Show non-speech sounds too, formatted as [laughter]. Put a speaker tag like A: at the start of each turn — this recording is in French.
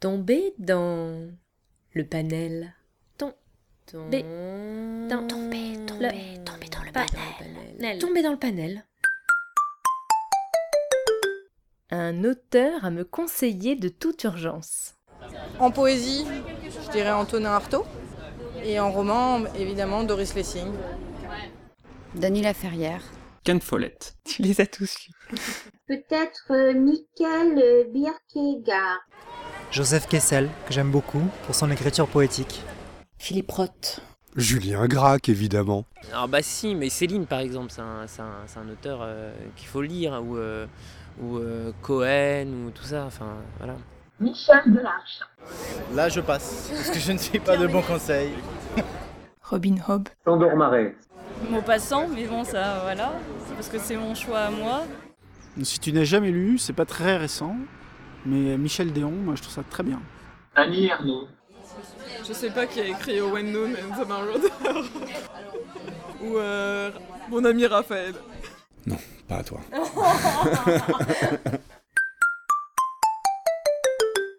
A: Tomber dans le panel. Tom-
B: Tomber
A: dans-
B: tomber,
A: le-
B: tomber, tomber dans le
A: pas
B: panel. Nel.
A: Tomber dans le panel. Un auteur à me conseiller de toute urgence.
C: En poésie, je dirais Antonin Artaud. Et en roman, évidemment, Doris Lessing.
D: Daniela Ferrière.
E: Ken Follett.
F: Tu les as tous lus.
G: Peut-être euh, Michael Birkegaard.
H: Joseph Kessel, que j'aime beaucoup pour son écriture poétique.
D: Philippe Roth.
I: Julien Gracq, évidemment.
J: Alors bah si, mais Céline par exemple, c'est un, c'est un- c'est un auteur euh, qu'il faut lire, ou, euh, ou euh, Cohen, ou tout ça, enfin voilà.
G: Michel Delarche.
K: Là, je passe, parce que je ne suis pas de bons conseils.
F: Robin Hobb.
L: Tandor
M: Maupassant, mais bon, ça, voilà, c'est parce que c'est mon choix à moi.
N: Si tu n'as jamais lu, c'est pas très récent, mais Michel Déon, moi je trouve ça très bien.
L: Annie Ernaux.
M: Je sais pas qui a écrit Owen No, mais ça m'a un auteur. [laughs] Ou euh, mon ami Raphaël.
O: Pas à toi.